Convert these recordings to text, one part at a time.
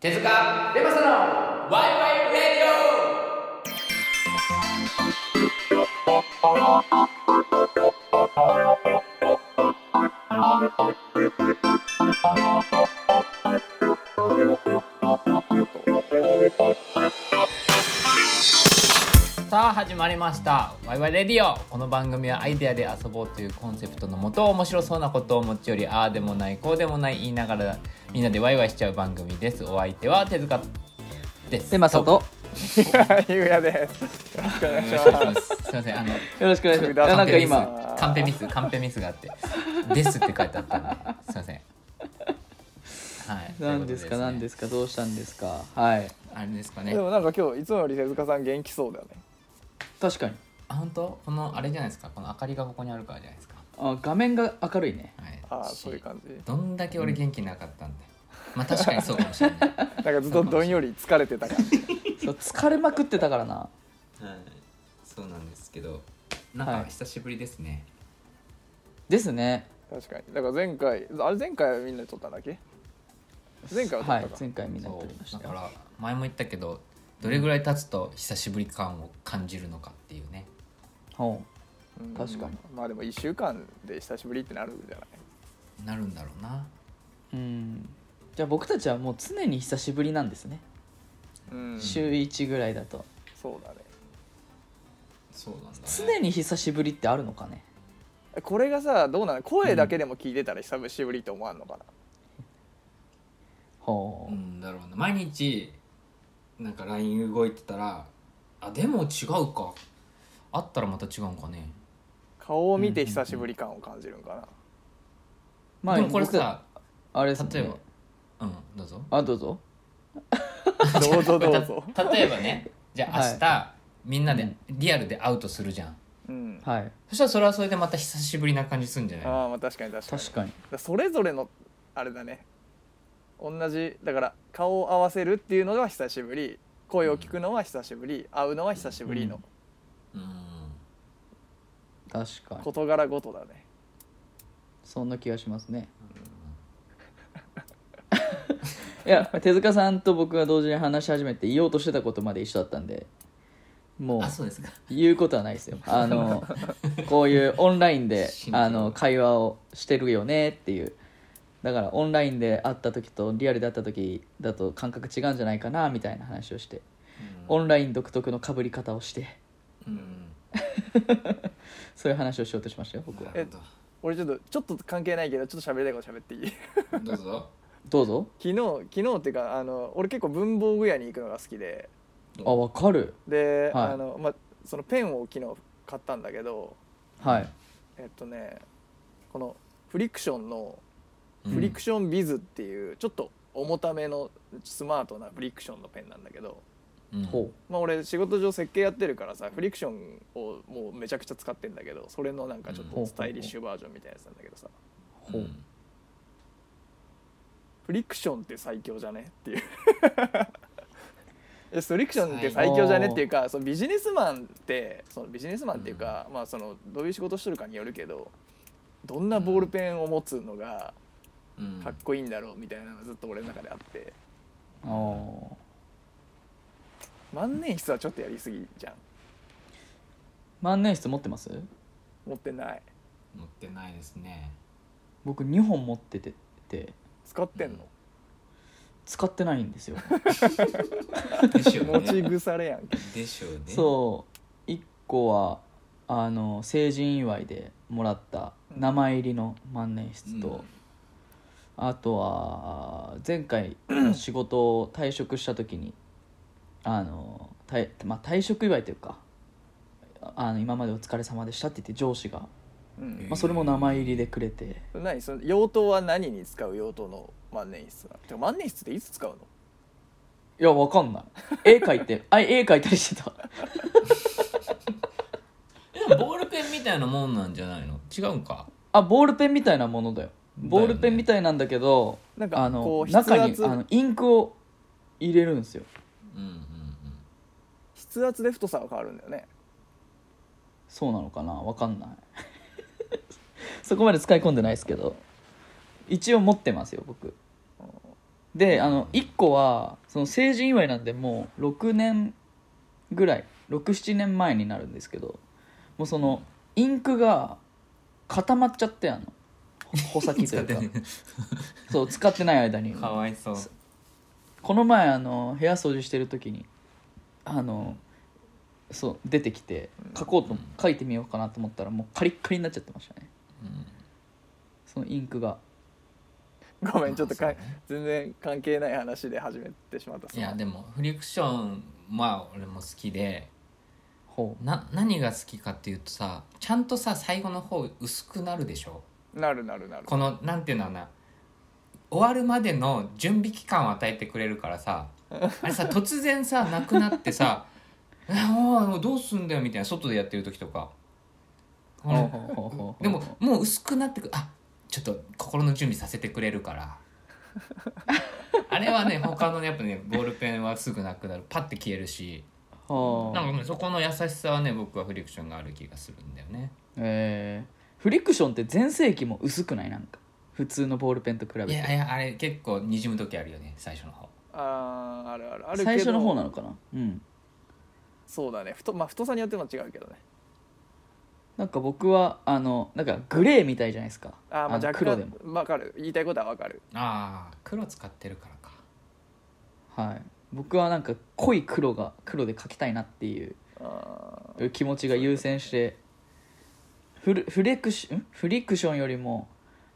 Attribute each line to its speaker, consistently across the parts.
Speaker 1: 手塚レマサのワイワイレディオさあ始まりました「ワイワイレディオ」この番組はアイデアで遊ぼうというコンセプトのもと面白そうなことを持ち寄りああでもないこうでもない言いながらみんなでワイワイしちゃう番組ですお相手は手塚です
Speaker 2: で、マサ と。
Speaker 3: ゆうやです。よろしくお願いし
Speaker 1: よろしくお願いし
Speaker 3: ま
Speaker 1: ますすいませんあの
Speaker 2: よろしくお願いします。いや
Speaker 1: カ
Speaker 2: な
Speaker 1: ン
Speaker 2: ん
Speaker 1: ペ
Speaker 2: か
Speaker 1: ミス
Speaker 2: 今、
Speaker 1: カンペミスカンペミスがあって「です」って書いてあったんですいませんはい
Speaker 2: なんですか、なんですすか、どうしたんですか。はい。
Speaker 1: あれですか
Speaker 3: す。
Speaker 1: ね
Speaker 3: でもなんか今日いつもより手塚さん元気そうだよね。
Speaker 2: 確かに。
Speaker 1: あ本当このあれじゃないですかこの明かりがここにあるからじゃないですか
Speaker 2: あ、画面が明るいね。
Speaker 1: はい
Speaker 3: ああ
Speaker 1: し
Speaker 3: そういう感 じ。
Speaker 1: どんだけ俺元気なかったんだよまあ確かにそうかもし れない、
Speaker 3: なんかずっとどんより疲れてた感じ。
Speaker 2: そう疲れまくってたからな。
Speaker 1: そうなんですけどなん
Speaker 2: か
Speaker 1: 久しぶりですね、
Speaker 2: ですね。
Speaker 3: 確かに。だから前回あれ前回はみんなで撮ったんだっけ？前回は撮
Speaker 2: は
Speaker 3: っ
Speaker 2: い
Speaker 3: た、か。
Speaker 2: 前回みんなで
Speaker 1: そ
Speaker 2: 撮りまし
Speaker 1: うだ
Speaker 2: た
Speaker 1: か
Speaker 2: よ。
Speaker 1: ら前も言ったけどどれぐらい経つと久しぶり感を感じるのかっていうね
Speaker 2: ほ
Speaker 3: うん
Speaker 2: 確かに。
Speaker 3: まあでも一週間で久しぶりってなるんじゃない？
Speaker 1: なるんだろうな
Speaker 2: う。うん。じゃあ僕たちはもう常に久しぶりなんですね。
Speaker 3: うん。そう
Speaker 2: 週一ぐらいだと。
Speaker 3: だね。
Speaker 1: そうなんだ、ね
Speaker 2: 常に久しぶりってあるのかね。
Speaker 3: これがさどうなの？声だけでも聞いてたら久しぶりと思わんのかな？
Speaker 2: ほ
Speaker 1: う
Speaker 2: う。
Speaker 1: んだろうな毎日なんか LINE 動いてたらあでも違うかあったらまた違うんかね
Speaker 3: 顔を見て久しぶり感を感じるんかな。
Speaker 2: まあ、
Speaker 1: でもこれ
Speaker 2: 僕
Speaker 1: さ
Speaker 2: あれですね
Speaker 1: 例えばうんどうぞ
Speaker 2: あ、どうぞ。
Speaker 3: どうぞどうぞ。
Speaker 1: た例えばねじゃあ明日、みんなでリアルで会うとするじゃん
Speaker 3: うん。
Speaker 2: はい。
Speaker 1: そしたらそれはそれでまた久しぶりな感じするんじゃない
Speaker 3: ああまあ確かに確かに
Speaker 2: 確。かに。
Speaker 3: だからそれぞれのあれだね同じだから顔を合わせるっていうのが久しぶり声を聞くのは久しぶり、会うのは久しぶりの
Speaker 1: うん
Speaker 2: 確かに。
Speaker 3: 事柄ごとだね、
Speaker 2: そんな気がしますね。 いや手塚さんと僕が同時に話し始めて言おうとしてたことまで一緒だったんでもう
Speaker 1: あそうですか
Speaker 2: 言うことはないですよあのこういうオンラインで
Speaker 1: シンプル
Speaker 2: あの会話をしてるよねっていうだからオンラインで会った時とリアルで会った時だと感覚違うんじゃないかなみたいな話をしてオンライン独特のかぶり方をして
Speaker 1: うん
Speaker 2: そういう話をしようとしましたよ僕は
Speaker 1: なるほ
Speaker 3: 俺ちょっとちょっと関係ないけどちょっと喋りたいこと喋っていい
Speaker 1: どどうぞ
Speaker 2: どうぞ
Speaker 3: 昨日昨日っていうかあの俺結構文房具屋に行くのが好きで
Speaker 2: あわかる
Speaker 3: で、
Speaker 2: はい
Speaker 3: あのま、そのペンを昨日買ったんだけど
Speaker 2: はい
Speaker 3: えっとねこのフリクションの
Speaker 1: うん
Speaker 3: フリクションビズっていうちょっと重ためのスマートなフリクションのペンなんだけど、
Speaker 1: うん
Speaker 2: ほ
Speaker 3: まあ、俺仕事上設計やってるからさフリクションをもうめちゃくちゃ使ってんだけどそれのなんかちょっ
Speaker 2: う
Speaker 3: と
Speaker 2: ん
Speaker 3: スタイリッシュバージョンみたいなやつなんだけどさ
Speaker 2: うほう
Speaker 3: フリクションって最強じゃねっていうえフリクションって最強じゃねっていうかそのビジネスマンってそのビジネスマンっていうか、まあそのどういう仕事してるかによるけどどんなボールペンを持つのが
Speaker 1: うん
Speaker 3: かっこいいんだろうみたいなのがずっと俺の中であって
Speaker 2: あー
Speaker 3: 万年筆はちょっとやりすぎじゃん
Speaker 2: 万年筆持ってます
Speaker 3: 持ってない
Speaker 1: 持ってないですね
Speaker 2: 僕2本持っててて
Speaker 3: 使ってんの、
Speaker 2: 使ってないんですよ
Speaker 1: でしょう
Speaker 3: 持ち
Speaker 1: ね
Speaker 3: 腐れやんけ
Speaker 1: でしょうね
Speaker 2: そう1個はあの成人祝いでもらった
Speaker 3: うん
Speaker 2: 名前入りの万年筆と、
Speaker 1: うん
Speaker 2: あとは前回仕事を退職した時にあの退,、まあ、退職祝いというかあの今までお疲れ様でしたって言って上司が、
Speaker 3: う
Speaker 1: え
Speaker 3: ん
Speaker 2: まあ、それも名前入りでくれて
Speaker 3: それ何その用途は何に使う用途の万年筆なのてか万年筆っていつ使うの
Speaker 2: いやわかんない絵描いてあ絵描いたりしてた
Speaker 1: えでもボールペンみたいなもんなんじゃないの違うんか
Speaker 2: あボールペンみたいなものだよボールペンみたいなんだけど
Speaker 3: なんか
Speaker 2: あの
Speaker 3: こう筆
Speaker 2: 中に
Speaker 3: 圧
Speaker 2: あのインクを入れるんですよ
Speaker 1: うんうん
Speaker 3: 筆圧で太さは変わるんだよね
Speaker 2: そうなのかなわかんない そこまで使い込んでないですけど一応持ってますよ僕であの1個はその成人祝いなんでもう6年ぐらい67年前になるんですけどもうそのインクが固まっちゃってあの穂先 と
Speaker 1: 使
Speaker 2: い
Speaker 1: っ
Speaker 2: う
Speaker 1: て
Speaker 2: か
Speaker 1: ね
Speaker 2: そう使ってない間に
Speaker 1: かわいそう
Speaker 2: この前あの部屋掃除してる時にあのそう出てきて書こうと書いてみようかなと思ったらもうカリッカリになっちゃってましたね
Speaker 1: うん
Speaker 2: そのインクが
Speaker 3: ごめんちょっと
Speaker 1: まあそ
Speaker 3: か
Speaker 1: うね
Speaker 3: 全然関係ない話で始めてしまった
Speaker 1: いやでもフリクションまあ俺も好きで
Speaker 2: ほう
Speaker 1: な何が好きかっていうとさちゃんとさ最後の方薄くなるでしょ
Speaker 3: なるなるなる
Speaker 1: このなんていうのかな終わるまでの準備期間を与えてくれるからさあれさ突然さなくなってさ 「えもうどうすんだよ」みたいな外でやってる時とか、
Speaker 2: ほうほうほうほうほう
Speaker 1: でももう薄くなってくあちょっと心の準備させてくれるからあれはね他のねやっぱねボールペンはすぐなくなるパッて消えるし
Speaker 2: ほう
Speaker 1: なんかねそこの優しさはね僕はフリクションがある気がするんだよね
Speaker 2: えーフリクションって全盛期も薄くないなんか普通のボールペンと比べ
Speaker 1: い
Speaker 2: て
Speaker 1: やいやあれ結構にじむ時あるよね最初の方
Speaker 3: あーあるあるあるけど
Speaker 2: 最初の方なのかなうん
Speaker 3: そうだね太,、まあ、太さによっても違うけどね
Speaker 2: なんか僕はあのなんかグレーみたいじゃないですか
Speaker 3: あーまあ
Speaker 2: の
Speaker 3: 若
Speaker 2: 黒でも
Speaker 3: 干わかる言いたいことはわかる
Speaker 1: ああ黒使ってるからか
Speaker 2: はい僕はなんか濃い黒が黒で描きたいなっていう
Speaker 3: あー
Speaker 2: 気持ちが優先してフルフレクシんフリクションよりも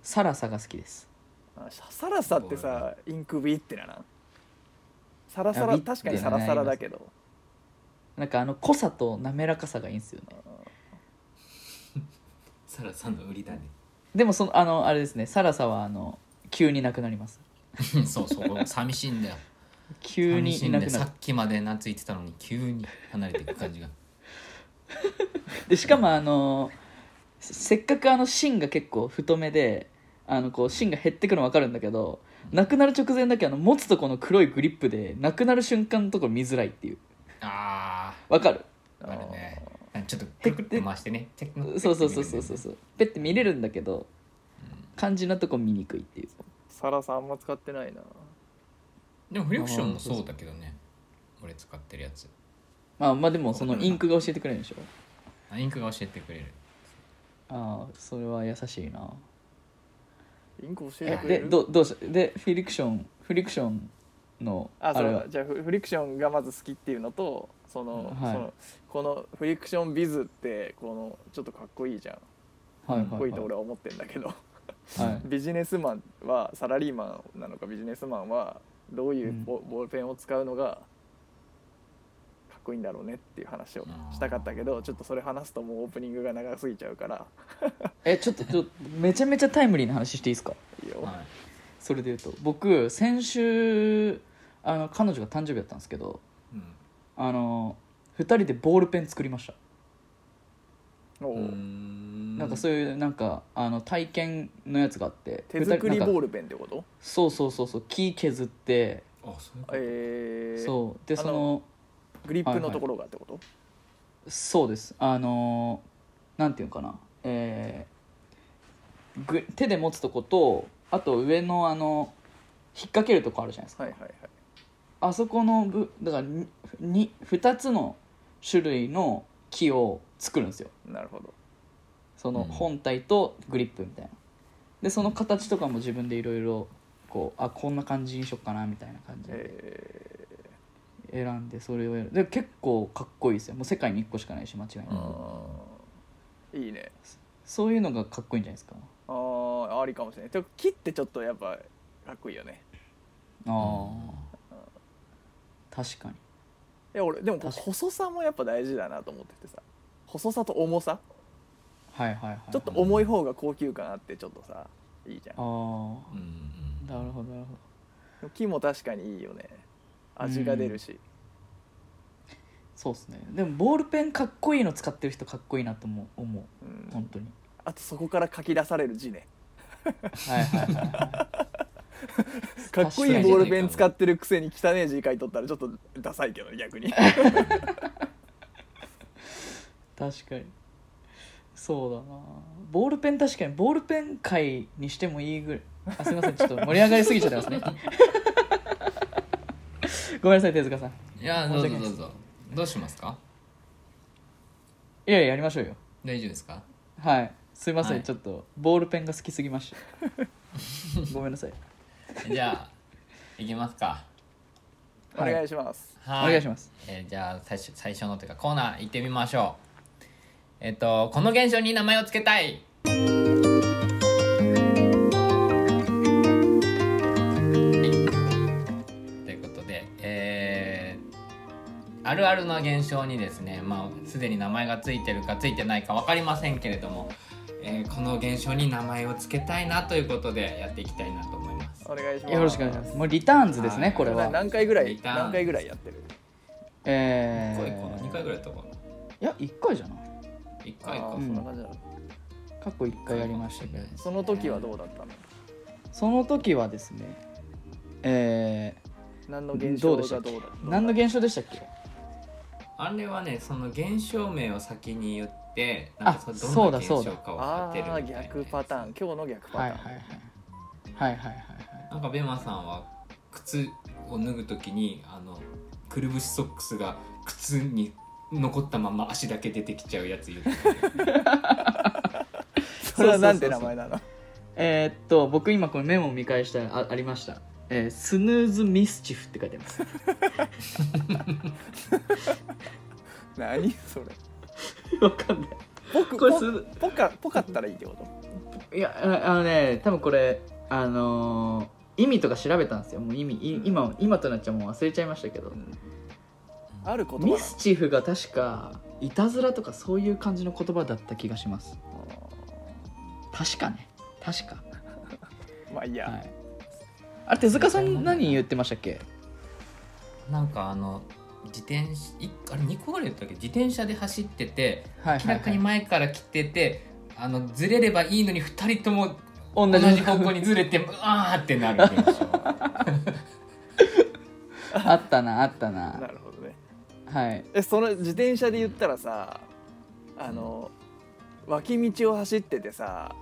Speaker 2: サラサが好きです
Speaker 3: あさサラサってさインクビってならんサラサ
Speaker 2: あ
Speaker 3: ラ
Speaker 2: ビって
Speaker 3: 確かにサラサラだけど
Speaker 2: なんかあの濃さと滑らかさがいいんですよね
Speaker 1: サラさんの売りだね
Speaker 2: でもそのあのあれですねサラサはあの急になくなります
Speaker 1: そうそう寂しい んだよ
Speaker 2: 急に
Speaker 1: 寂
Speaker 2: いなく
Speaker 1: しいんだよ
Speaker 2: な
Speaker 1: さ
Speaker 2: る
Speaker 1: っきまで懐いてたのに急に離れていく感じが
Speaker 2: でしかもあのせっかくあの芯が結構太めであのこう芯が減ってくの分かるんだけどなくなる直前だけあの持つとこの黒いグリップでなくなる瞬間のところ見づらいっていう
Speaker 1: あ
Speaker 2: 分かる
Speaker 1: ああるねなんかちょっとくるくるって回してねチェック
Speaker 2: そうそうそうそうそうそうペッて見れるんだけど肝心なとこ見にくいっていう
Speaker 3: サラサあんま使ってないな
Speaker 1: でもフリクションもそうだけどね俺使ってるやつ
Speaker 2: まあまあでもそのインクが教えてくれるんでしょ
Speaker 1: あインクが教えてくれる
Speaker 2: ああそれは優しいな
Speaker 3: インク教えて
Speaker 2: え
Speaker 3: くれ
Speaker 2: で
Speaker 3: る
Speaker 2: どどうしたでフィリクションフリクションの
Speaker 3: あ
Speaker 2: あ
Speaker 3: そ
Speaker 2: れ
Speaker 3: う
Speaker 2: は
Speaker 3: じゃあフフリクションがまず好きっていうのとその,、
Speaker 2: はい
Speaker 3: そのこのフリクションビズってこのちょっとかっこいいじゃんか
Speaker 2: はい
Speaker 3: っこいいと
Speaker 2: は
Speaker 3: 俺は思ってんだけど
Speaker 2: いはい
Speaker 3: ビジネスマンはサラリーマンなのかビジネスマンはどういうボ,、ボールペンを使うのがかっこいいんだろうねっていう話をしたかったけどちょっとそれ話すともうオープニングが長すぎちゃうから
Speaker 2: えちょっとちょっとめちゃめちゃタイムリーな話していいですか
Speaker 3: いいよ、
Speaker 1: はい
Speaker 2: それで言うと僕先週あの彼女が誕生日だったんですけど
Speaker 1: うん
Speaker 2: あの2人でボールペン作りました
Speaker 3: おう
Speaker 1: うーん
Speaker 2: なんかそういうなんかあの体験のやつがあって
Speaker 3: 手作
Speaker 2: 二
Speaker 3: り
Speaker 2: 人なん
Speaker 3: ボ
Speaker 2: か
Speaker 3: ールペンってこと
Speaker 2: そうそうそうそう木削って
Speaker 1: あそういうこと
Speaker 3: えー、
Speaker 2: そうで
Speaker 3: あの
Speaker 2: その
Speaker 3: グリップのところがってこと、
Speaker 2: そうですあのーなんていうのかなえーぐ手で持つとことあと上のあの引っ掛けるとこあるじゃないですか、
Speaker 3: はいはいはい
Speaker 2: あそこのぶだからにに2つの種類の木を作るんですよ
Speaker 3: なるほど
Speaker 2: そ
Speaker 1: う
Speaker 2: の
Speaker 1: ん
Speaker 2: 本体とグリップみたいなでその形とかも自分でいろいろこうあこんな感じにしよっかなみたいな感じで
Speaker 3: え
Speaker 2: 選んでそれをやるで結構かっこいいですよもう世界に1個しかないし間違いない、
Speaker 1: うん
Speaker 3: ー、いいね
Speaker 2: そういうのがかっこいいんじゃないですか
Speaker 3: あーありかもしれないてか木ってちょっとやっぱかっこいいよね
Speaker 2: ああ確かに
Speaker 3: いや俺でもこう
Speaker 2: 確かに
Speaker 3: 細さもやっぱ大事だなと思っててさ細さと重さ
Speaker 2: はいはいはい
Speaker 3: ちょっと重い方が高級感あってちょっとさいいじゃん
Speaker 2: あ
Speaker 1: うんうん
Speaker 2: あなるほどなるほど
Speaker 3: でも木も確かにいいよね味が出るし、
Speaker 2: そうっすねでもボールペンかっこいいの使ってる人かっこいいなとも思う
Speaker 3: うん
Speaker 2: 本当に
Speaker 3: あとそこから書き出される字ね
Speaker 2: はいはいはいは
Speaker 3: かっこいいボールペン使ってるくせに汚い字書いとったらちょっとダサいけどね逆に
Speaker 2: い確かにそうだなボールペン確 かにボールペン界にしてもいいぐらいあすいませんちょっと盛り上がりすぎちゃってますねごめんなさい手塚さん
Speaker 1: いやどうぞ
Speaker 2: 申し訳な
Speaker 1: ど
Speaker 2: いで
Speaker 1: うぞどうしますか
Speaker 2: いやいややりましょうよ
Speaker 1: 大丈夫ですか
Speaker 2: はいすいません、
Speaker 1: はい
Speaker 2: ちょっとボールペンが好きすぎ ましたごめんなさい
Speaker 1: じゃあいきますか
Speaker 3: お願いします。
Speaker 1: は
Speaker 2: お願いします、
Speaker 1: えーじゃあ最初最初のというかコーナー行ってみましょうえっ、とこの現象に名前を付けたいということで、えーあるあるな現象にですね、まあ、すでに名前がついてるかついてないか分かりませんけれども、えーこの現象に名前を付けたいなということでやっていきたいなと思います。
Speaker 3: お願いします。
Speaker 2: よろしくお願いしますもうリターンズですね、
Speaker 1: はい
Speaker 2: これ
Speaker 3: な
Speaker 2: は
Speaker 3: 何回ぐらい
Speaker 1: リターン
Speaker 3: 何回ぐらいやってる？
Speaker 2: え
Speaker 1: 一回かな
Speaker 2: ー、
Speaker 1: 二回ぐらいやったかない
Speaker 2: や1回じゃない
Speaker 1: 一回
Speaker 3: あ
Speaker 1: か
Speaker 3: ー
Speaker 2: うん
Speaker 3: そんな感じだ
Speaker 2: 過去1回やりましたけど
Speaker 3: その時はどうだったの？
Speaker 2: その時はですねえ
Speaker 3: 何の現
Speaker 2: ど
Speaker 3: 象
Speaker 2: う
Speaker 3: が
Speaker 2: でした
Speaker 3: ど
Speaker 2: っけ
Speaker 3: うだった
Speaker 2: ー、何の現象でしたっけ
Speaker 1: あれはねその現象名を先に言ってなんか
Speaker 2: あ
Speaker 1: そどんな現
Speaker 2: そうだ
Speaker 1: 象かを
Speaker 3: あ
Speaker 1: 当てるみ
Speaker 3: あ
Speaker 1: た
Speaker 3: ー
Speaker 1: いな
Speaker 3: 逆パターン今日の逆パター
Speaker 2: はい
Speaker 3: ン。
Speaker 2: はいはいはいはいはいはい
Speaker 1: なんかベマさんは靴を脱ぐときにあのくるぶしソックスが靴に残ったまま足だけ出てきちゃうやつ言ってた
Speaker 3: それはなんて名前なの？
Speaker 2: えーっと僕今このメモを見返したあありました、えースヌーズミスチフって書いてあります
Speaker 3: 何それ？
Speaker 2: わかんない
Speaker 3: 僕
Speaker 2: これ
Speaker 3: ポ
Speaker 2: す
Speaker 3: ポカポカったらいいってこと？
Speaker 2: いやああのね多分これあのー意味とか調べたんですよもう意味い今今となっちゃもう忘れちゃいましたけど
Speaker 3: ある言葉なの
Speaker 2: ミスチフが確かいたずらとかそういう感じの言葉だった気がします確かね確か
Speaker 3: まあいいや、
Speaker 2: はいあれ手塚さん何言ってましたっけ
Speaker 1: なんかあの自転車いあれ2個ぐらい言ったっけ自転車で走ってて
Speaker 2: はい
Speaker 1: 明らかに前から来ててあのずれればいいのに2人とも
Speaker 2: 同
Speaker 1: 同
Speaker 2: じ
Speaker 1: じ方向にずれてあ ーってなる現象
Speaker 2: あったなあったな
Speaker 3: なるほどね
Speaker 2: はい
Speaker 3: えその自転車で言ったらさあの、脇道を走っててさ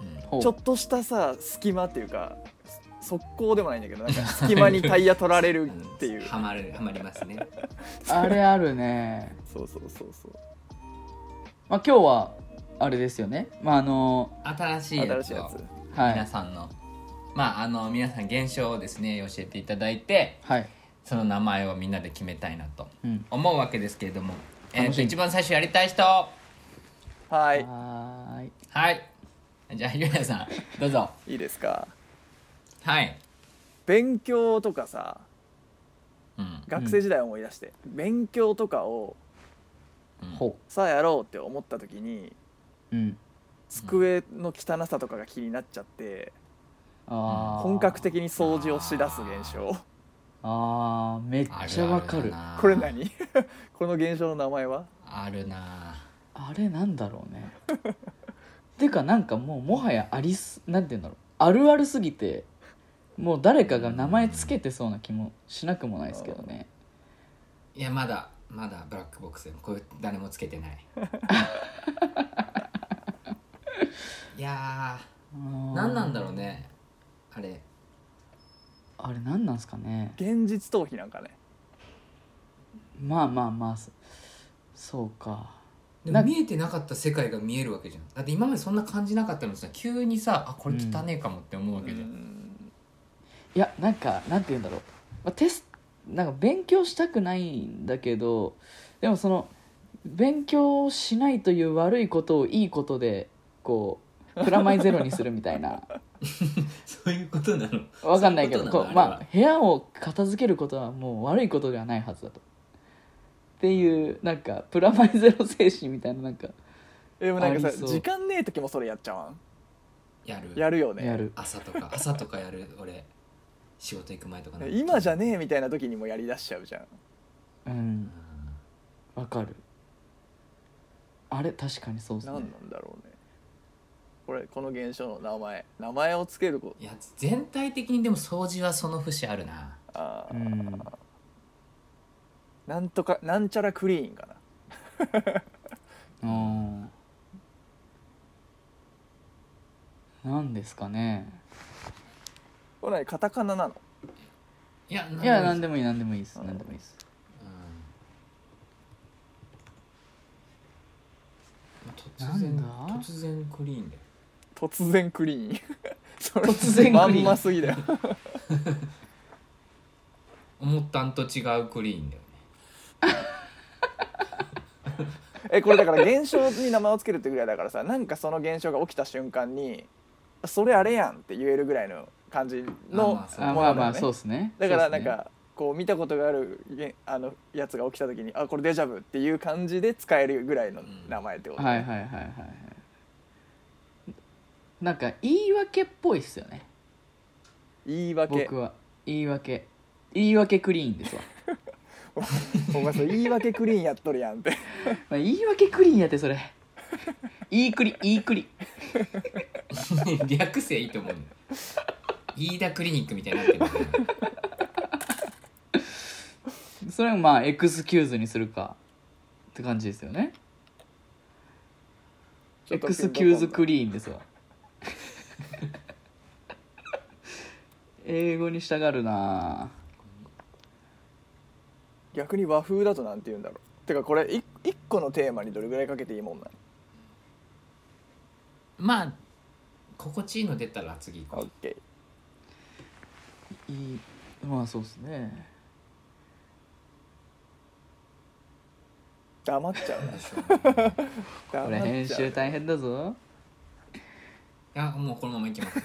Speaker 1: うん
Speaker 2: ほう
Speaker 3: ちょっとしたさ隙間っていうかそ速攻でもないんだけどなんか隙間にタイヤ取られるって いう
Speaker 1: はまるはまりますね
Speaker 2: あれあるね
Speaker 3: そうそうそうそう
Speaker 2: まあ、今日はあれですよね、まああの
Speaker 1: 新しいや
Speaker 3: 新
Speaker 1: つ
Speaker 3: しい
Speaker 1: を
Speaker 3: やつ
Speaker 2: はい、
Speaker 1: 皆さんの、まああの皆さん現象をですね教えていただいて
Speaker 2: はい
Speaker 1: その名前をみんなで決めたいなと
Speaker 2: うん、
Speaker 1: 思うわけですけれども、えーと
Speaker 2: 楽しみ
Speaker 1: 一番最初やりたい人は
Speaker 3: は
Speaker 2: はーい
Speaker 1: いじゃあゆうやさんどうぞ
Speaker 3: いいいですか
Speaker 1: はい、
Speaker 3: 勉強とかさ
Speaker 1: うん
Speaker 3: 学生時代を思い出して、勉強とかを
Speaker 1: うん
Speaker 2: ほ
Speaker 3: さあやろうって思った時に
Speaker 2: う、うん、
Speaker 3: 机の汚さとかが気になっちゃって
Speaker 2: あー
Speaker 3: 本格的に掃除をしだす現象
Speaker 2: あーめっ
Speaker 1: あ
Speaker 2: ちゃわかる
Speaker 1: だな
Speaker 3: これ何この現象の名前は
Speaker 1: あるな
Speaker 2: あれなんだろうね てかなんかもうもはやありすなんて言うんだろうあるあるすぎてもう誰かが名前つけてそうな気もしなくもないですけどね
Speaker 1: いやまだまだブラックボックスでもこれ誰もつけてないいやー何なんだ
Speaker 2: ろう
Speaker 1: ろうねあれ
Speaker 2: あれ何なんすかね
Speaker 3: 現実逃避なんかね
Speaker 2: まあまあまあそそうか
Speaker 1: で
Speaker 2: な
Speaker 1: も見えてなかった世界が見えるわけじゃんだって今までそんな感じなかったのにさ急にさあこれ汚ねえかもって思うわけじゃん、
Speaker 2: いやなんかなんて言うんだろう、まあ、テスなんか勉強したくないんだけどでもその勉強をしないという悪いことをいいことでこうプラマイゼロにするみた いな
Speaker 1: そういうことなの
Speaker 2: わかんないけど
Speaker 1: そういうこ
Speaker 2: こと
Speaker 1: な
Speaker 2: う
Speaker 1: のあれ
Speaker 2: ま
Speaker 1: は
Speaker 2: あ部屋を片付けることはもう悪いことではないはずだと。っていうなんかプラマイゼロ精神みたいななんか
Speaker 3: でもなんか
Speaker 2: あ
Speaker 3: さ
Speaker 2: りそう
Speaker 3: 時間ねえ時もそれやっちゃわん
Speaker 1: やる
Speaker 3: やるよね
Speaker 2: やる
Speaker 1: 朝とか朝とかやる俺仕事行く前とかなんか
Speaker 3: 今じゃねえみたいな時にもやりだしちゃうじゃん
Speaker 2: うん
Speaker 1: うん
Speaker 2: わかるあれ確かにそうです
Speaker 3: 何
Speaker 2: ね
Speaker 3: なんだろうねこれこの現象の名前名前をつけるこ
Speaker 1: い
Speaker 3: と
Speaker 1: や全体的にでも掃除はその節あるな
Speaker 3: あー、
Speaker 2: うん
Speaker 3: なんとかなんちゃらクリーンかな
Speaker 2: うんなんですかね
Speaker 3: これ何カタカナなの
Speaker 1: いや
Speaker 2: いや何で
Speaker 1: も
Speaker 2: もいい何でもいいです
Speaker 3: うん
Speaker 2: 何でもいいです
Speaker 1: いい、うん、突
Speaker 2: な
Speaker 1: 然
Speaker 2: んだ
Speaker 1: 突然クリーンで
Speaker 3: 突然クリーン それ
Speaker 2: 突然クリーン
Speaker 3: まんますぎだよ
Speaker 1: 思ったんと違うクリーンだよね
Speaker 3: えこれだから現象に名前をつけるってぐらいだからさなんかその現象が起きた瞬間にそれあれやんって言えるぐらいの感じの
Speaker 1: まあまあそう
Speaker 2: あ
Speaker 3: も
Speaker 2: まあ
Speaker 3: の
Speaker 2: ま
Speaker 3: な
Speaker 2: あ
Speaker 3: のね
Speaker 2: そうですね
Speaker 3: だからなん
Speaker 2: そうっ
Speaker 3: かこう見たことがあるげあのやつが起きた時にあこれデジャブっていう感じで使えるぐらいの名前ってこ
Speaker 2: す
Speaker 3: と、
Speaker 2: ねはいはいはいはいはいなんか言い訳っぽいっすよね
Speaker 3: 言い訳
Speaker 2: 僕は言い訳言い訳クリーンですわ
Speaker 3: お前それ言い訳クリーンやっとるやんって
Speaker 2: まあ言い訳クリーンやってそれ言いくり言いくり
Speaker 1: 略せいいと思うのよ飯田クリニックみたいになってるね
Speaker 2: それをまあエクスキューズにするかって感じですよね
Speaker 3: ちょ
Speaker 2: エ
Speaker 3: っと
Speaker 2: クスキューズクリーンですわ英語に従るな
Speaker 3: 逆に和風だとなんて言うんだろうてかこれい一個のテーマにどれぐらいかけていいもんなの
Speaker 1: まあ心地いいの出たら次行
Speaker 3: あオ
Speaker 1: こ
Speaker 3: ッケ
Speaker 2: ぁいいまあそうですね
Speaker 3: ー黙っちゃう
Speaker 1: う
Speaker 3: な
Speaker 1: でしょうね
Speaker 2: これ
Speaker 3: 黙っ
Speaker 2: 編
Speaker 3: ちゃう
Speaker 2: 集大変だぞ
Speaker 1: いやもうこのままいきますよ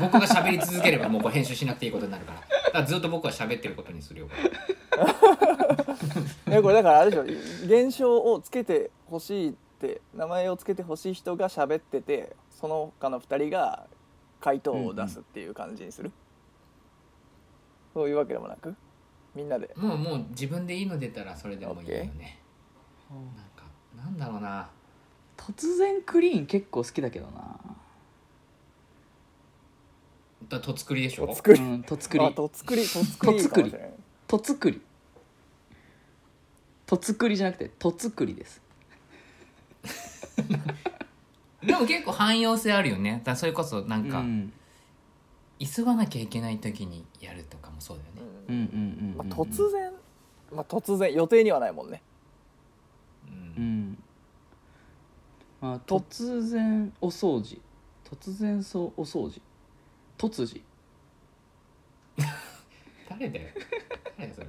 Speaker 1: 僕が喋り続ければもうこれ編集しなくていいことになるからだからずっと僕は喋ってることにするよ
Speaker 3: えこれだからあれでしょ現象をつけてほしいって名前をつけてほしい人が喋っててその他の2人が回答を出すっていう感じにする、そういうわけでもなくみんなで
Speaker 1: もうもう自分でいいの出たらそれでもいいよねなんかなんだろうな
Speaker 2: 突然クリーン結構好きだけどな
Speaker 1: だとつくりでしょ
Speaker 3: お作
Speaker 2: う
Speaker 3: り
Speaker 2: んとつくり
Speaker 3: あと作りと作りかもしれない
Speaker 2: とつくりとつくりじゃなくてとつくりです
Speaker 1: でも結構汎用性あるよねだからそれこそなんか、
Speaker 2: うん
Speaker 1: 急がなきゃいけない時にやるとかもそうだよね、
Speaker 2: うんうん
Speaker 3: ま
Speaker 2: うん、うん
Speaker 3: あ、突然、まあ、突然予定にはないも んね
Speaker 1: うん
Speaker 2: うんまあ突然お掃除突然そうお掃除突如
Speaker 1: 誰だよ誰だよそれ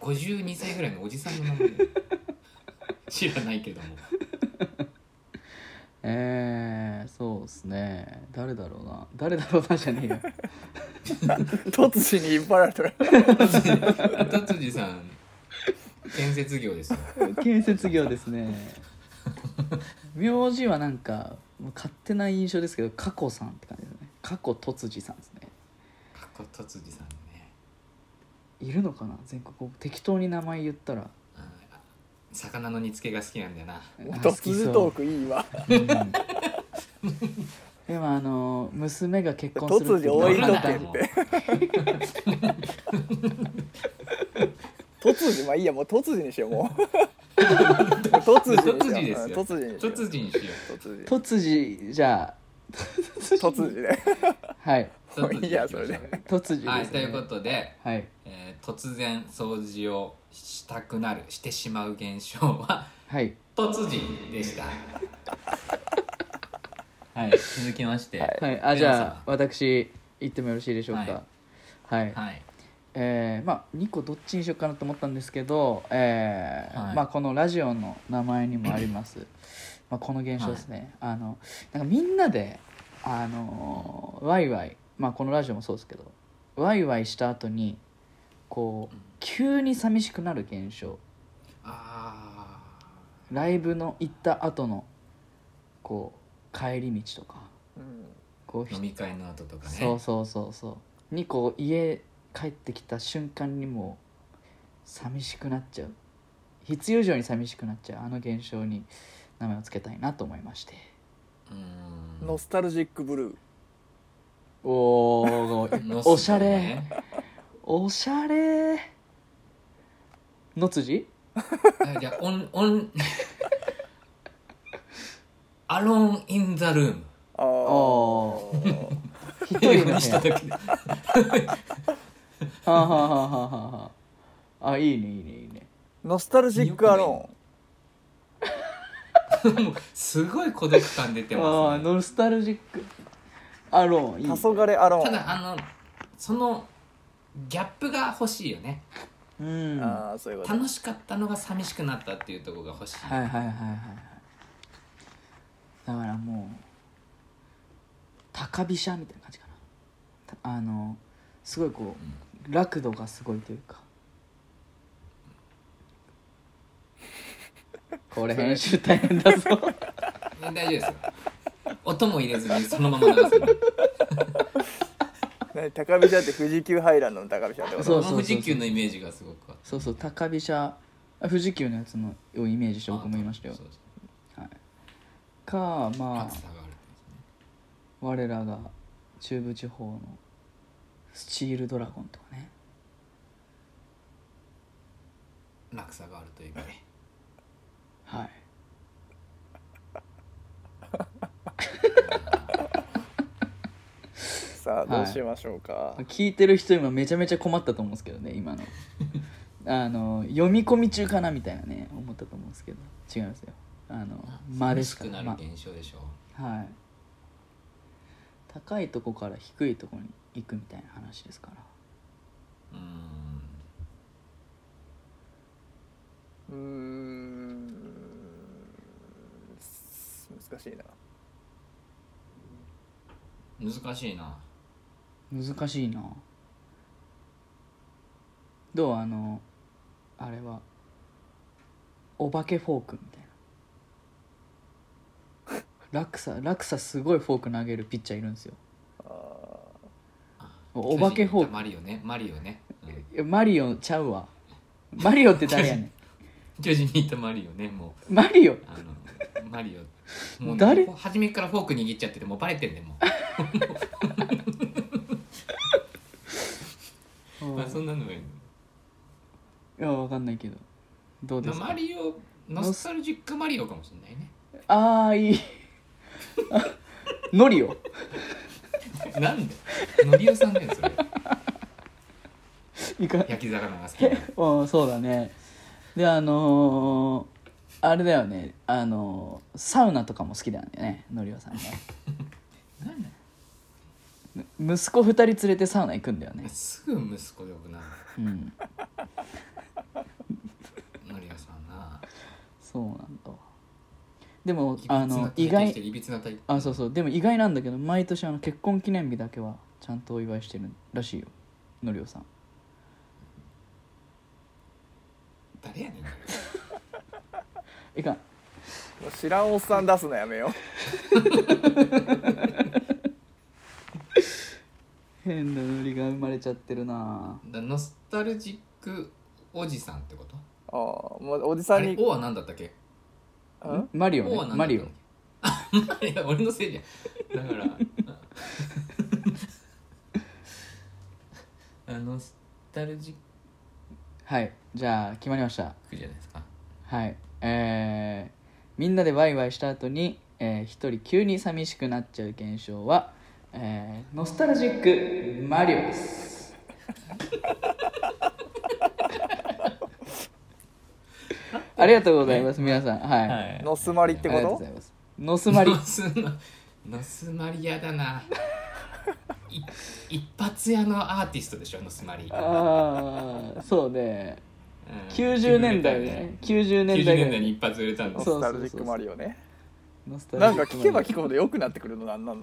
Speaker 1: 52歳ぐらいのおじさんの名前だよ知らないけども
Speaker 2: えー、そうですね誰だろうな誰だろうなじゃねえよ
Speaker 3: 突如に引っ張られてる
Speaker 1: 達治さん建設業ですよ
Speaker 2: 建設業ですね名字はなんかもう勝手な印象ですけど過去さんって感じですね過去突如さんですね
Speaker 1: 過去達治さんね
Speaker 2: いるのかな全国適当に名前言ったら
Speaker 1: うん魚の煮付けが好きなんだよな
Speaker 3: 突然トークいいわ
Speaker 2: うんでもあの娘が結婚するっ
Speaker 3: 突
Speaker 2: て
Speaker 3: 如
Speaker 2: 言
Speaker 3: 置い
Speaker 2: った
Speaker 3: と
Speaker 2: ら
Speaker 3: けって 突如まあいいやもう突如にしようもう 突如
Speaker 1: 突如
Speaker 3: にし
Speaker 1: で
Speaker 3: よう
Speaker 1: す
Speaker 3: うん
Speaker 1: よ
Speaker 3: 突如にしよう
Speaker 1: 突如にしよ
Speaker 3: 突如
Speaker 2: 突如じゃ
Speaker 3: 突如で
Speaker 2: あはい
Speaker 1: 突
Speaker 3: も
Speaker 1: 如に
Speaker 3: う
Speaker 1: しま
Speaker 3: いい
Speaker 1: しょ
Speaker 3: や
Speaker 1: う
Speaker 3: それで
Speaker 2: 突如です、ね、
Speaker 1: はいということで、
Speaker 2: はい
Speaker 1: えー突然掃除をしたくなるしてしまう現象は
Speaker 2: はい
Speaker 1: 突如でしたはい続きましてはい、
Speaker 2: はい、あじゃあ私行ってもよろしいでしょうかはい、えーまあ2個どっちにしようかなと思ったんですけど、えー
Speaker 1: はい
Speaker 2: まあ、このラジオの名前にもあります まあこの現象ですね、あのなんかみんなであのーワイワイ、まあ、このラジオもそうですけどワイワイした後にこう急に寂しくなる現象
Speaker 1: あ
Speaker 2: ライブの行った後のこう帰り道とか
Speaker 3: うん
Speaker 2: こう
Speaker 1: ー飲み会の後とかね
Speaker 2: そうそうそうそうにこう家帰ってきた瞬間にもう寂しくなっちゃう必要以上に寂しくなっちゃうあの現象に名前を付けたいなと思いまして
Speaker 1: うーん
Speaker 3: ノスタルジックブルー
Speaker 2: おお
Speaker 1: の
Speaker 2: おしゃれおしゃれの辻
Speaker 1: あじゃあオンオン アローン・イン・ザ・ルーム
Speaker 3: あ
Speaker 2: お
Speaker 3: ー
Speaker 2: 一人
Speaker 1: 英語
Speaker 2: の
Speaker 1: にした
Speaker 2: 部屋
Speaker 1: 時
Speaker 2: はあはあはあはあはああいいねいいねいいね
Speaker 3: ノスタルジックアロ
Speaker 1: もうすごい孤独感出て
Speaker 2: あ
Speaker 1: ま
Speaker 2: あ
Speaker 1: す、ね、
Speaker 2: ノスタルジックアローンいい
Speaker 3: ーン
Speaker 2: ね
Speaker 3: 黄昏アロ
Speaker 1: た
Speaker 3: ーン
Speaker 1: だあのそのギャップが欲しいよね
Speaker 2: うんは
Speaker 3: ああそういうこと
Speaker 1: 楽しかったのが寂しくなったっていうところが欲しい、
Speaker 2: いはいはいはいはいだからもう高飛車みたいな感じかなたあのすごいこう落度がすごいという かこれ編集大変だぞ
Speaker 1: 大丈夫ですよ音も入れずにそのまま流すんで
Speaker 3: ね高飛車って富士急ハイランドの高飛車ってこと
Speaker 2: そう
Speaker 1: この富士急のイメージがすごくあって
Speaker 2: そうそう高飛車あ富士急のやつのをイメージして僕も言いましたよ
Speaker 1: そうそう
Speaker 2: かまあ
Speaker 1: 暑さがある
Speaker 2: 我らが中部地方のスチールドラゴンとかね
Speaker 1: 落差があるという意味で
Speaker 2: はい
Speaker 3: さあどうしましょうか
Speaker 2: 聞いてる人今めちゃめちゃ困ったと思うんですけどね 今のあの読み込み中かなみたいなね思ったと思うんですけど違いますよあの間で
Speaker 1: 寂
Speaker 2: す
Speaker 1: し
Speaker 2: か
Speaker 1: く
Speaker 2: ら
Speaker 1: なる
Speaker 2: ま
Speaker 1: 現象でしょ
Speaker 2: はい高いとこから低いとこに行くみたいな話ですから
Speaker 1: うーん
Speaker 3: うーん難しいな
Speaker 1: 難しいな
Speaker 2: 難しいなどうあのあれはお化けフォークみたいな落差落差すごいフォーク投げるピッチャーいるんですよおお化けフォーク
Speaker 1: マリオねマリオね、うん
Speaker 2: いやマリオちゃうわマリオって誰やね
Speaker 1: 巨人にいたマリオねもうん
Speaker 2: マリオ
Speaker 1: あのマリオもう
Speaker 2: 誰
Speaker 1: もう初めからフォーク握っちゃっててもうバレてんねもう、 まあ、そんなのがいい
Speaker 2: いやわかんないけどどうで
Speaker 1: ますあ
Speaker 2: か
Speaker 1: マリオノスタルジックマリオかもしれないね
Speaker 2: ああいいあノリオ
Speaker 1: なんでのりおさんだよそれ
Speaker 2: いか
Speaker 1: 焼き魚が好きな
Speaker 2: うんそうだねであのーあれだよねあのーサウナとかも好きだよねのりお さんね
Speaker 1: なんだ
Speaker 2: む息子2人連れてサウナ行くんだよね
Speaker 1: すぐ息子呼ぶな
Speaker 2: うん
Speaker 1: のりおさんな
Speaker 2: そうなんだわでも
Speaker 1: いびつな
Speaker 2: あの
Speaker 1: 体
Speaker 2: 意
Speaker 1: 型し
Speaker 2: 外
Speaker 1: てるいびつな体
Speaker 2: あそうそうでも意外なんだけど毎年あの結婚記念日だけはちゃんとお祝いしてるらしいよのりおさん
Speaker 1: 誰やねん
Speaker 2: いかん
Speaker 3: もう知らんおっさん出すのやめよ
Speaker 2: 変なノリが生まれちゃってるな
Speaker 1: だノスタルジックおじさんってこと
Speaker 3: うああもうおじ
Speaker 1: あ
Speaker 3: さん
Speaker 1: れ
Speaker 3: に
Speaker 1: おは何だったっけ
Speaker 3: ん
Speaker 2: マリオ
Speaker 1: お
Speaker 2: ね
Speaker 1: は何
Speaker 2: マ
Speaker 1: だった
Speaker 2: リ
Speaker 1: っ
Speaker 2: オ
Speaker 1: けあいや俺のせいじゃんだ からあノスタルジッ
Speaker 2: はいじゃあ決まりました
Speaker 1: クじゃないですか
Speaker 2: はいえーみんなでワイワイした後に、えー一人急に寂しくなっちゃう現象は、えーノスタルジックマリオですありがとうございます皆さんはい、
Speaker 3: ノスマリって
Speaker 2: ありがと
Speaker 3: こ
Speaker 2: うご
Speaker 3: と
Speaker 2: ざいますノスマリ
Speaker 1: ノスノスマリアだない一発屋のアーティストでしょノスマリ、うん
Speaker 2: ああそう ね90年代ね90
Speaker 1: 90年
Speaker 2: 年代
Speaker 1: 代
Speaker 2: ぐらい
Speaker 1: に一発売れたんで
Speaker 3: ノ
Speaker 1: す
Speaker 3: スタルジックマリオね
Speaker 2: ノスタルジ
Speaker 3: な
Speaker 2: ック
Speaker 3: んか
Speaker 2: マリオ
Speaker 3: 聞けば聞くほど良くなってくるのなんなの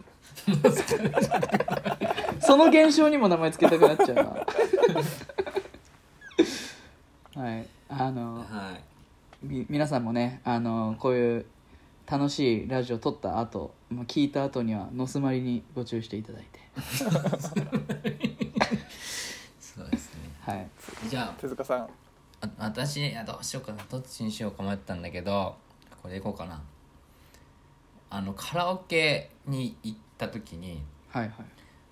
Speaker 2: その現象にも名前つけたくなっちゃうなはいあの
Speaker 1: はい
Speaker 2: み皆さんもねあのこういう楽しいラジオ撮った後もう聞いた後にはのすまりにご注意していただいて
Speaker 1: そうですね
Speaker 2: はい
Speaker 1: じゃあ
Speaker 3: 手塚さん
Speaker 1: あ私あどうしようかなどっちにしようか迷ったんだけどこれでいこうかなあのカラオケに行った時に
Speaker 2: はいはい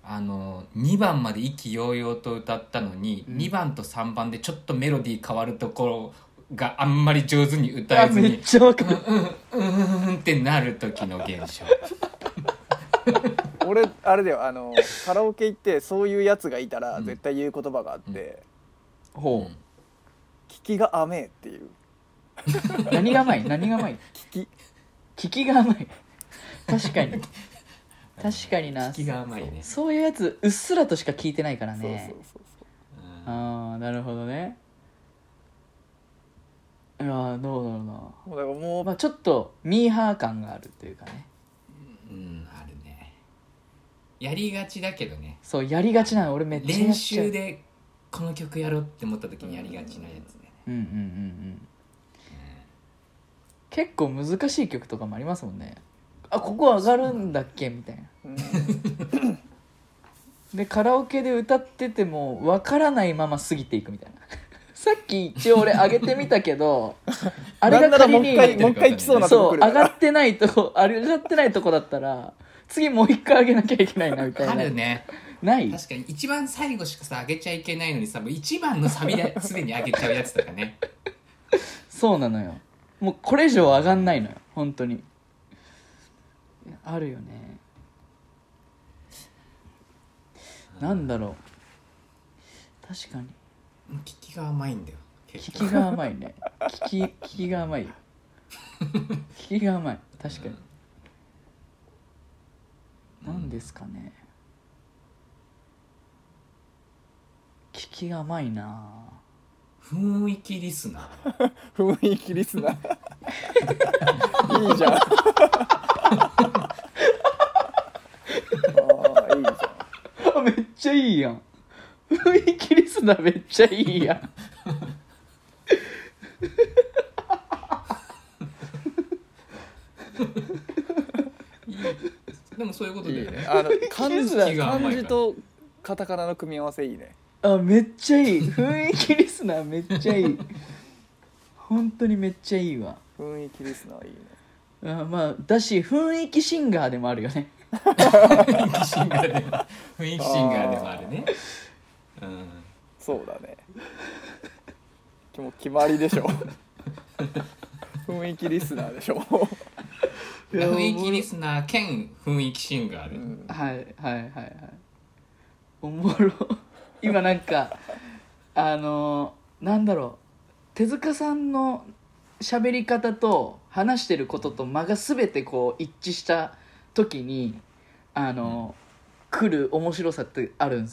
Speaker 1: あの2番まで意気揚々と歌ったのに、
Speaker 2: うん
Speaker 1: 2番と3番でちょっとメロディー変わるところがあんまり上手に歌えず
Speaker 2: めっ
Speaker 1: に
Speaker 2: ちゃわかる
Speaker 1: うーんってなる時の現象
Speaker 3: 俺あれだよあのカラオケ行ってそういうやつがいたら絶対言う言葉があって、
Speaker 2: ほう
Speaker 3: 聞きが甘えっていう
Speaker 2: 何が甘い何が甘い
Speaker 3: 聞き
Speaker 2: 聞きが甘い確かに確かにな
Speaker 1: 聞きが甘いね
Speaker 2: そういうやつうっすらとしか聞いてないから
Speaker 3: そうそう
Speaker 2: ね
Speaker 3: そうそう
Speaker 1: うん
Speaker 2: ああなるほどねいやーどうだろうな
Speaker 3: もうだからもう、
Speaker 2: まあちょっとミーハー感があるというかね
Speaker 1: うんあるねやりがちだけどね
Speaker 2: そうやりがちなの俺めっちゃ
Speaker 1: 練
Speaker 2: やっちゃう
Speaker 1: 習でこの曲やろうって思った時にやりがちなやつね
Speaker 2: うんうんうんうん結構難しい曲とかもありますもんねあここ上がるんだっけみたいな
Speaker 3: うん
Speaker 2: でカラオケで歌っててもわからないまま過ぎていくみたいな さっき一応俺上げてみたけどあれ
Speaker 3: なん
Speaker 2: が
Speaker 3: な
Speaker 2: 仮
Speaker 3: らもう
Speaker 2: に
Speaker 3: 一回もう一回来そうなとこ
Speaker 2: そう
Speaker 3: 来
Speaker 2: 上
Speaker 3: るか
Speaker 2: が
Speaker 3: ら
Speaker 2: ってないとあれ上がってないとこだったら次もう一回上げなきゃいけないなみたいな
Speaker 1: あるね
Speaker 2: ない
Speaker 1: 確かに一番最後しかさ上げちゃいけないのにさもう一番のサビ ですでに上げちゃうやつとかね
Speaker 2: そうなのよもうこれ以上上がんないのよ本当にあるよねなんだろう確かに
Speaker 1: 聞きが甘いんだよ
Speaker 2: 聞
Speaker 1: 結
Speaker 2: き
Speaker 1: 局
Speaker 2: が甘いね聞き聞きが甘いよ聞きが甘い確かに、
Speaker 1: うん
Speaker 2: なんですかね聞きが甘いなぁ
Speaker 1: 雰囲気リスナー
Speaker 3: 雰囲気リスナーいいじゃんああいいじ
Speaker 2: あ めっちゃいいやん雰囲気リスナーめっちゃいいやん
Speaker 1: でもそういうことだよね
Speaker 3: ゃんあの漢
Speaker 2: リス
Speaker 3: 字
Speaker 2: ナ
Speaker 1: ー
Speaker 3: 漢字とカタカナの組み合わせいいね
Speaker 2: あめっちゃいい雰囲気リスナーめっちゃいい本当にめっちゃいいわ
Speaker 3: 雰囲気リスナーいいね
Speaker 2: あまあだし雰囲気シンガーでもあるよね
Speaker 1: 雰囲気シンガーでも雰囲気シンガーでもあるねうん
Speaker 3: そうだねもう決まりでしょ雰囲気リスナーでしょ、
Speaker 1: 雰囲気リスナー兼雰囲気シンガー
Speaker 3: う
Speaker 1: で、
Speaker 3: ん
Speaker 2: はいはいはいはいおもろ今なんかあのーなんだろう手塚さんの喋り方と話してることと間が全てこう一致した時にあのー、来る面白さってあるん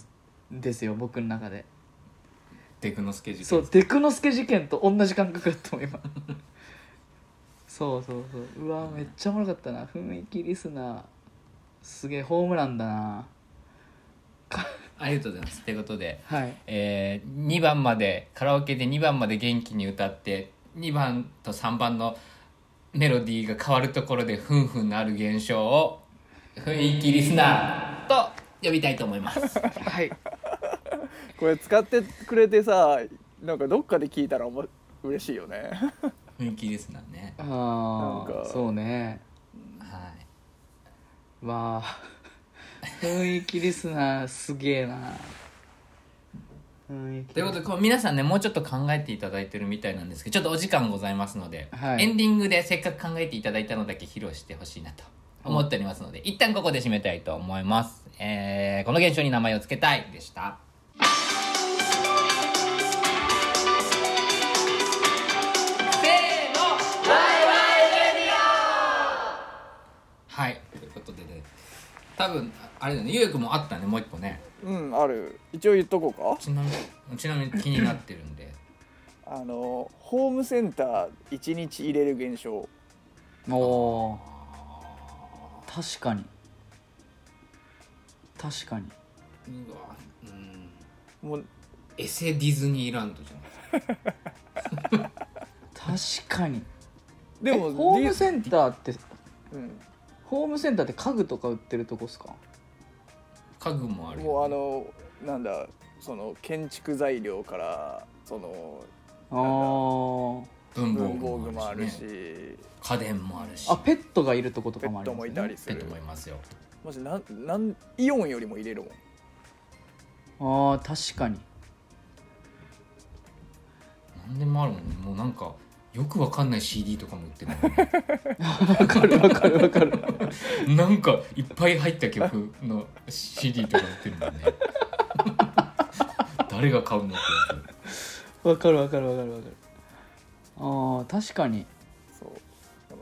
Speaker 2: ですよ僕の中で
Speaker 1: テクノスケジュール
Speaker 2: そうデクノスケ事件と同じ感覚だったもん 今そうそうそううわめっちゃおもろかったな雰囲気リスナーすげえホームランだな
Speaker 1: ありがとうございますということで、
Speaker 2: はい
Speaker 1: えー、2番までカラオケで2番まで元気に歌って2番と3番のメロディーが変わるところでふんふんなる現象を雰囲気リスナーと呼びたいと思います。
Speaker 2: はい
Speaker 3: これ使ってくれてさなんかどっかで聞いたらおも嬉しいよね
Speaker 1: 雰囲気リスナーね。
Speaker 2: あ
Speaker 3: なん
Speaker 2: あ
Speaker 3: か
Speaker 2: そうね
Speaker 1: は
Speaker 2: わあ雰囲気リスナーすげえな雰囲
Speaker 1: い、
Speaker 2: 気
Speaker 1: ということでこう皆さんねもうちょっと考えていただいてるみたいなんですけどちょっとお時間ございますので、
Speaker 2: はい
Speaker 1: エンディングでせっかく考えていただいたのだけ披露してほしいなと思っておりますので、一旦ここで締めたいと思います。えー、この現象に名前を付けたいでした。はいということでね多分ああれだねゆうやくんもあったねもう一個ね
Speaker 3: うんある一応言っとこうか
Speaker 1: ちなみにちなみに気になってるんで
Speaker 3: あのホームセンター1日入れる現象
Speaker 2: おー確かに確かに
Speaker 1: うわうん
Speaker 3: もう
Speaker 1: エセディズニーランドじゃない
Speaker 2: 確かに
Speaker 3: でも
Speaker 2: えホーム
Speaker 3: リ
Speaker 2: センターって
Speaker 3: う
Speaker 2: ホームセンターって家具とか売ってるとこっすか
Speaker 1: 家具もある
Speaker 3: ん、
Speaker 1: よ
Speaker 3: もうあのなんだその建築材料からその
Speaker 2: あー
Speaker 1: 文房
Speaker 3: 文
Speaker 1: 具
Speaker 3: 房具
Speaker 1: も
Speaker 3: も
Speaker 1: あ
Speaker 3: あ
Speaker 1: る
Speaker 3: る
Speaker 1: し、ね、
Speaker 3: し
Speaker 1: 家電もあるし
Speaker 2: あペットがいるとこと
Speaker 3: ペ
Speaker 2: かも
Speaker 3: ッ
Speaker 2: あり
Speaker 3: ト
Speaker 2: ま
Speaker 3: も
Speaker 2: す
Speaker 3: い
Speaker 2: ね
Speaker 3: たりす
Speaker 1: ペッ
Speaker 3: る
Speaker 1: トもいますよ
Speaker 3: マジなんなんイオンよりも入れるもん
Speaker 2: あー確かに
Speaker 1: 何でもあるもんね もうなんかよくわかんない CD とかも売ってるもんね
Speaker 2: わかるわかるわかる
Speaker 1: なんかいっぱい入った曲の CD とか売ってるもんね 誰が買うのってやつ
Speaker 2: わかるわかるわかるわかるあー確かに
Speaker 3: そうその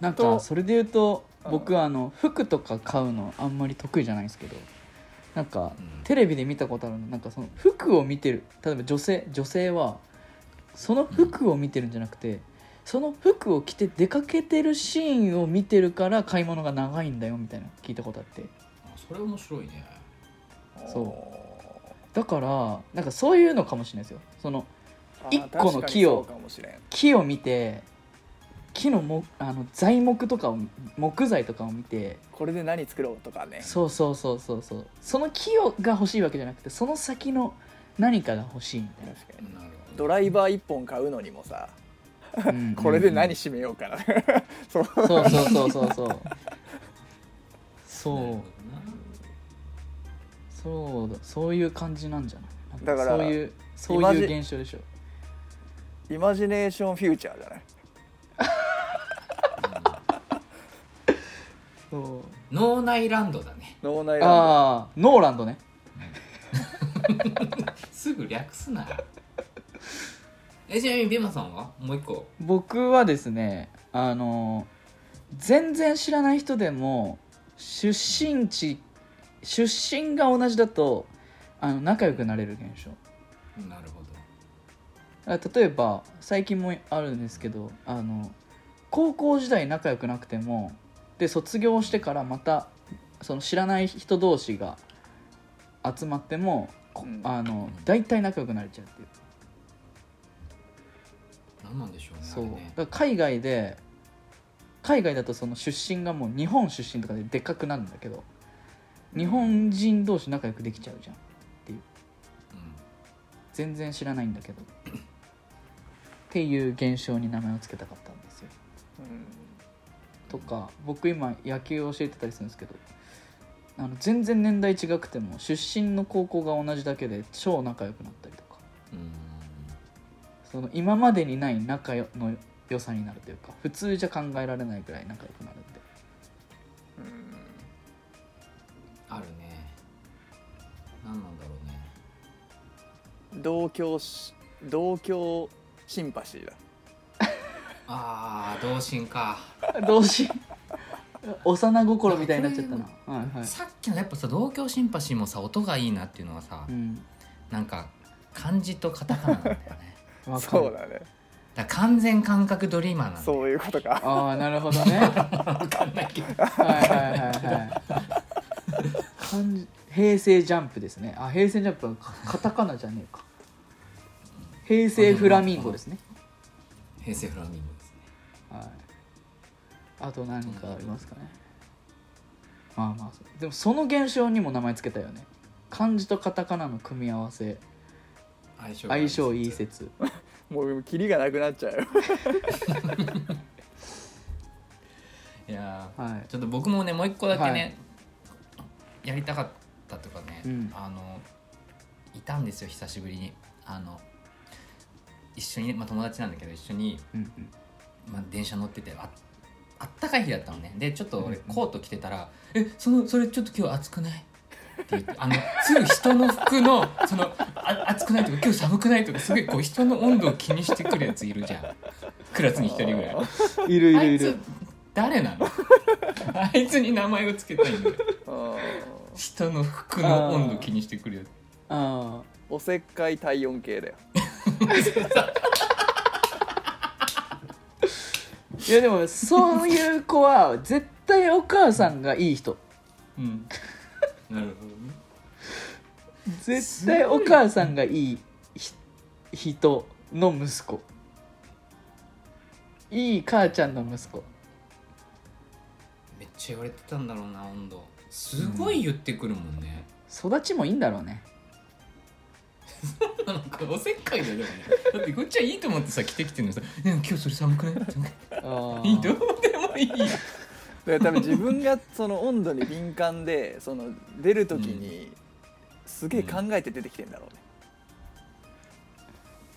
Speaker 2: なん
Speaker 3: と
Speaker 2: かそれで言うと僕
Speaker 3: う
Speaker 2: あの服とか買うのあんまり得意じゃないんですけどなんか
Speaker 1: うん
Speaker 2: テレビで見たことあるのなんかその服を見てる例えば女性女性はその服を見てるんじゃなくてその服を着て出かけてるシーンを見てるから買い物が長いんだよみたいな聞いたことあって
Speaker 1: あそれ面白いね
Speaker 2: そう
Speaker 3: う
Speaker 2: だからなんかそういうのかもしれないですよその一個の木を
Speaker 3: かもしれん
Speaker 2: 木を見て木のもあの材木とかを木材とかを見て
Speaker 3: これで何作ろうとかね
Speaker 2: そうそうそうそうそうその木をが欲しいわけじゃなくてその先の何かが欲しいみたい な
Speaker 3: 確かに
Speaker 1: なるほど
Speaker 3: ドライバー一本買うのにもさ
Speaker 2: うんうん
Speaker 3: これで何締めようかな そう
Speaker 2: そうそうそうそうそう
Speaker 1: なる
Speaker 2: そう
Speaker 1: ほどな
Speaker 2: そうだそういう感じなんじゃないなん
Speaker 3: だから
Speaker 2: そういうそう
Speaker 3: イマジ
Speaker 2: いう現象でしょ
Speaker 3: イマジネーションフューチャーじゃない
Speaker 2: そう
Speaker 1: 脳内ランドだね
Speaker 3: 脳内ラン
Speaker 2: ああノーランドね
Speaker 1: すぐ略すなえちなみにベマさんはもう一個
Speaker 2: 僕はですねあの全然知らない人でも出身地出身が同じだとあの仲良くなれる現象
Speaker 1: なるほど
Speaker 2: あ例えば最近もあるんですけどあの高校時代仲良くなくてもで卒業してからまたその知らない人同士が集まってもこ
Speaker 3: うん
Speaker 2: あの大体仲良くなれちゃうっていう
Speaker 1: なんなんでしょうね
Speaker 2: そう
Speaker 1: あれね
Speaker 2: だから海外で海外だとその出身がもう日本出身とかででっかくなるんだけど日本人同士仲良くできちゃうじゃん
Speaker 1: うん
Speaker 2: 全然知らないんだけどっていう現象に名前を付けたかったんですよと
Speaker 3: ド、
Speaker 2: か僕今野球を教えてたりするんですけどあの全然年代違くても出身の高校が同じだけで超仲良くなったりとか
Speaker 1: うん
Speaker 2: その今までにない仲よの良さになるというか普通じゃ考えられないぐらい仲良くなるんで
Speaker 3: うんうん
Speaker 1: あるねなんなんだろうね
Speaker 3: 同郷し同郷シンパシーだ
Speaker 1: ああ同心か
Speaker 2: 同心幼心みたいになっちゃったな
Speaker 1: こ
Speaker 2: はいはい、
Speaker 1: さっきのやっぱさ同居シンパシーもさ音がいいなっていうのはさ、
Speaker 2: うん、
Speaker 1: なんか漢字とカタカナなんだよね
Speaker 2: わか
Speaker 3: そう
Speaker 2: る
Speaker 3: だね
Speaker 1: だから完全感覚ドリーマーなんだよ
Speaker 3: そういうことか
Speaker 2: ああなるほどねは
Speaker 1: 分かんないけど
Speaker 2: いはいはいはい漢字平成ジャンプですねあ平成ジャンプはカカタカナじゃねえか平成フラミンゴですね
Speaker 1: 平成フラミンゴですね
Speaker 2: はいあと何かありますかねまあまあそうでもその現象にも名前つけたよね漢字とカタカナの組み合わせ
Speaker 1: 相性が
Speaker 2: 相性いい説
Speaker 3: もうキリがなくなっちゃうよ
Speaker 1: いやー
Speaker 2: はい
Speaker 1: ちょっと僕もねもう一個だけね、やりたかったとかね、
Speaker 2: うん
Speaker 1: あのいたんですよ久しぶりにあの一緒にね、まあ、友達なんだけど一緒に、
Speaker 2: うん
Speaker 1: まあ、電車乗っててああったかい日だったのねでちょっと俺
Speaker 2: うんうん
Speaker 1: コート着てたら「えそのそれちょっと今日暑くない?」って言ってあのすぐ人の服の そのあ暑くないとか今日寒くないとかすごいこう人の温度を気にしてくるやついるじゃんクラスに一人ぐらい
Speaker 3: あ。
Speaker 2: うんいるい
Speaker 1: あ
Speaker 2: る
Speaker 1: い
Speaker 2: いる
Speaker 1: つ誰なの あいつに名前をつけたいんだよ
Speaker 3: うん
Speaker 1: 人の服の温度気にしてくるやつ
Speaker 2: あ
Speaker 3: おせっかい体温計だよ
Speaker 2: あいやでもそういう子は絶対お母さんがいい人
Speaker 1: うんなるほどね
Speaker 2: 絶対お母さんがいいひ人の息子いい母ちゃんの息子
Speaker 1: めっちゃ言われてたんだろうな温度すごい言ってくるもんね、
Speaker 2: 育ちもいいんだろうね
Speaker 1: なんかおせっかいだよでもねだってこっちはいいと思ってさ着てきてるのにさ「うん今日それ寒くない?」
Speaker 2: ああ
Speaker 1: いいどうでもいい
Speaker 3: だから多分自分がその温度に敏感でその出る時にすげえ考えて出てきてんだろう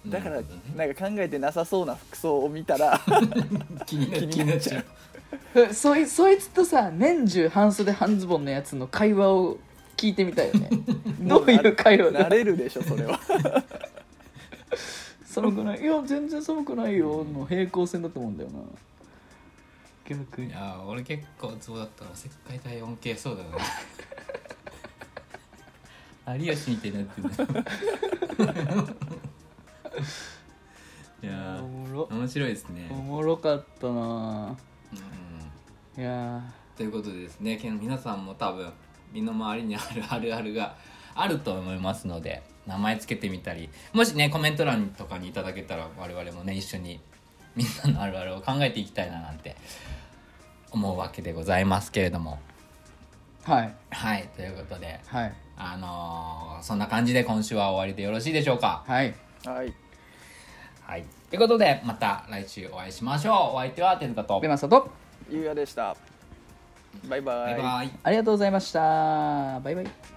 Speaker 3: ねだから
Speaker 1: なるほどね
Speaker 3: なんか考えてなさそうな服装を見たら
Speaker 1: 気になっ
Speaker 3: 気になっち
Speaker 1: 気にな
Speaker 3: ゃう
Speaker 1: っ
Speaker 2: えそいそいつとさ年中半袖半ズボンのやつの会話を聞いてみたい よね どういう会話
Speaker 3: 慣
Speaker 2: だ
Speaker 3: れるでしょそれは
Speaker 2: 寒くないいや全然寒くないよの平行線だと思うんだよな逆
Speaker 1: い
Speaker 2: に
Speaker 1: やー俺結構ツボだったらおせっかい体温計そうだな 有吉みたいにな ってるい
Speaker 2: お
Speaker 1: や
Speaker 2: もろ
Speaker 1: ー面白いですね、
Speaker 2: おもろかったな
Speaker 1: うん
Speaker 2: いや
Speaker 1: ということでですねけど皆さんも多分身の回りにある あるあるがあると思いますので名前つけてみたりもしねコメント欄とかにいただけたら我々もね一緒にみんなのあるあるを考えていきたいななんて思うわけでございますけれども
Speaker 2: ーはい
Speaker 1: はいということで
Speaker 2: はい
Speaker 1: あのーそんな感じで今週は終わりでよろしいでしょうか
Speaker 2: はい
Speaker 3: はい
Speaker 1: はいということでまた来週お会いしましょうお相手は手塚と
Speaker 2: でまさと
Speaker 3: ゆうやでしたバイバ
Speaker 1: バイバイ
Speaker 2: ありがとうございましたバイバイ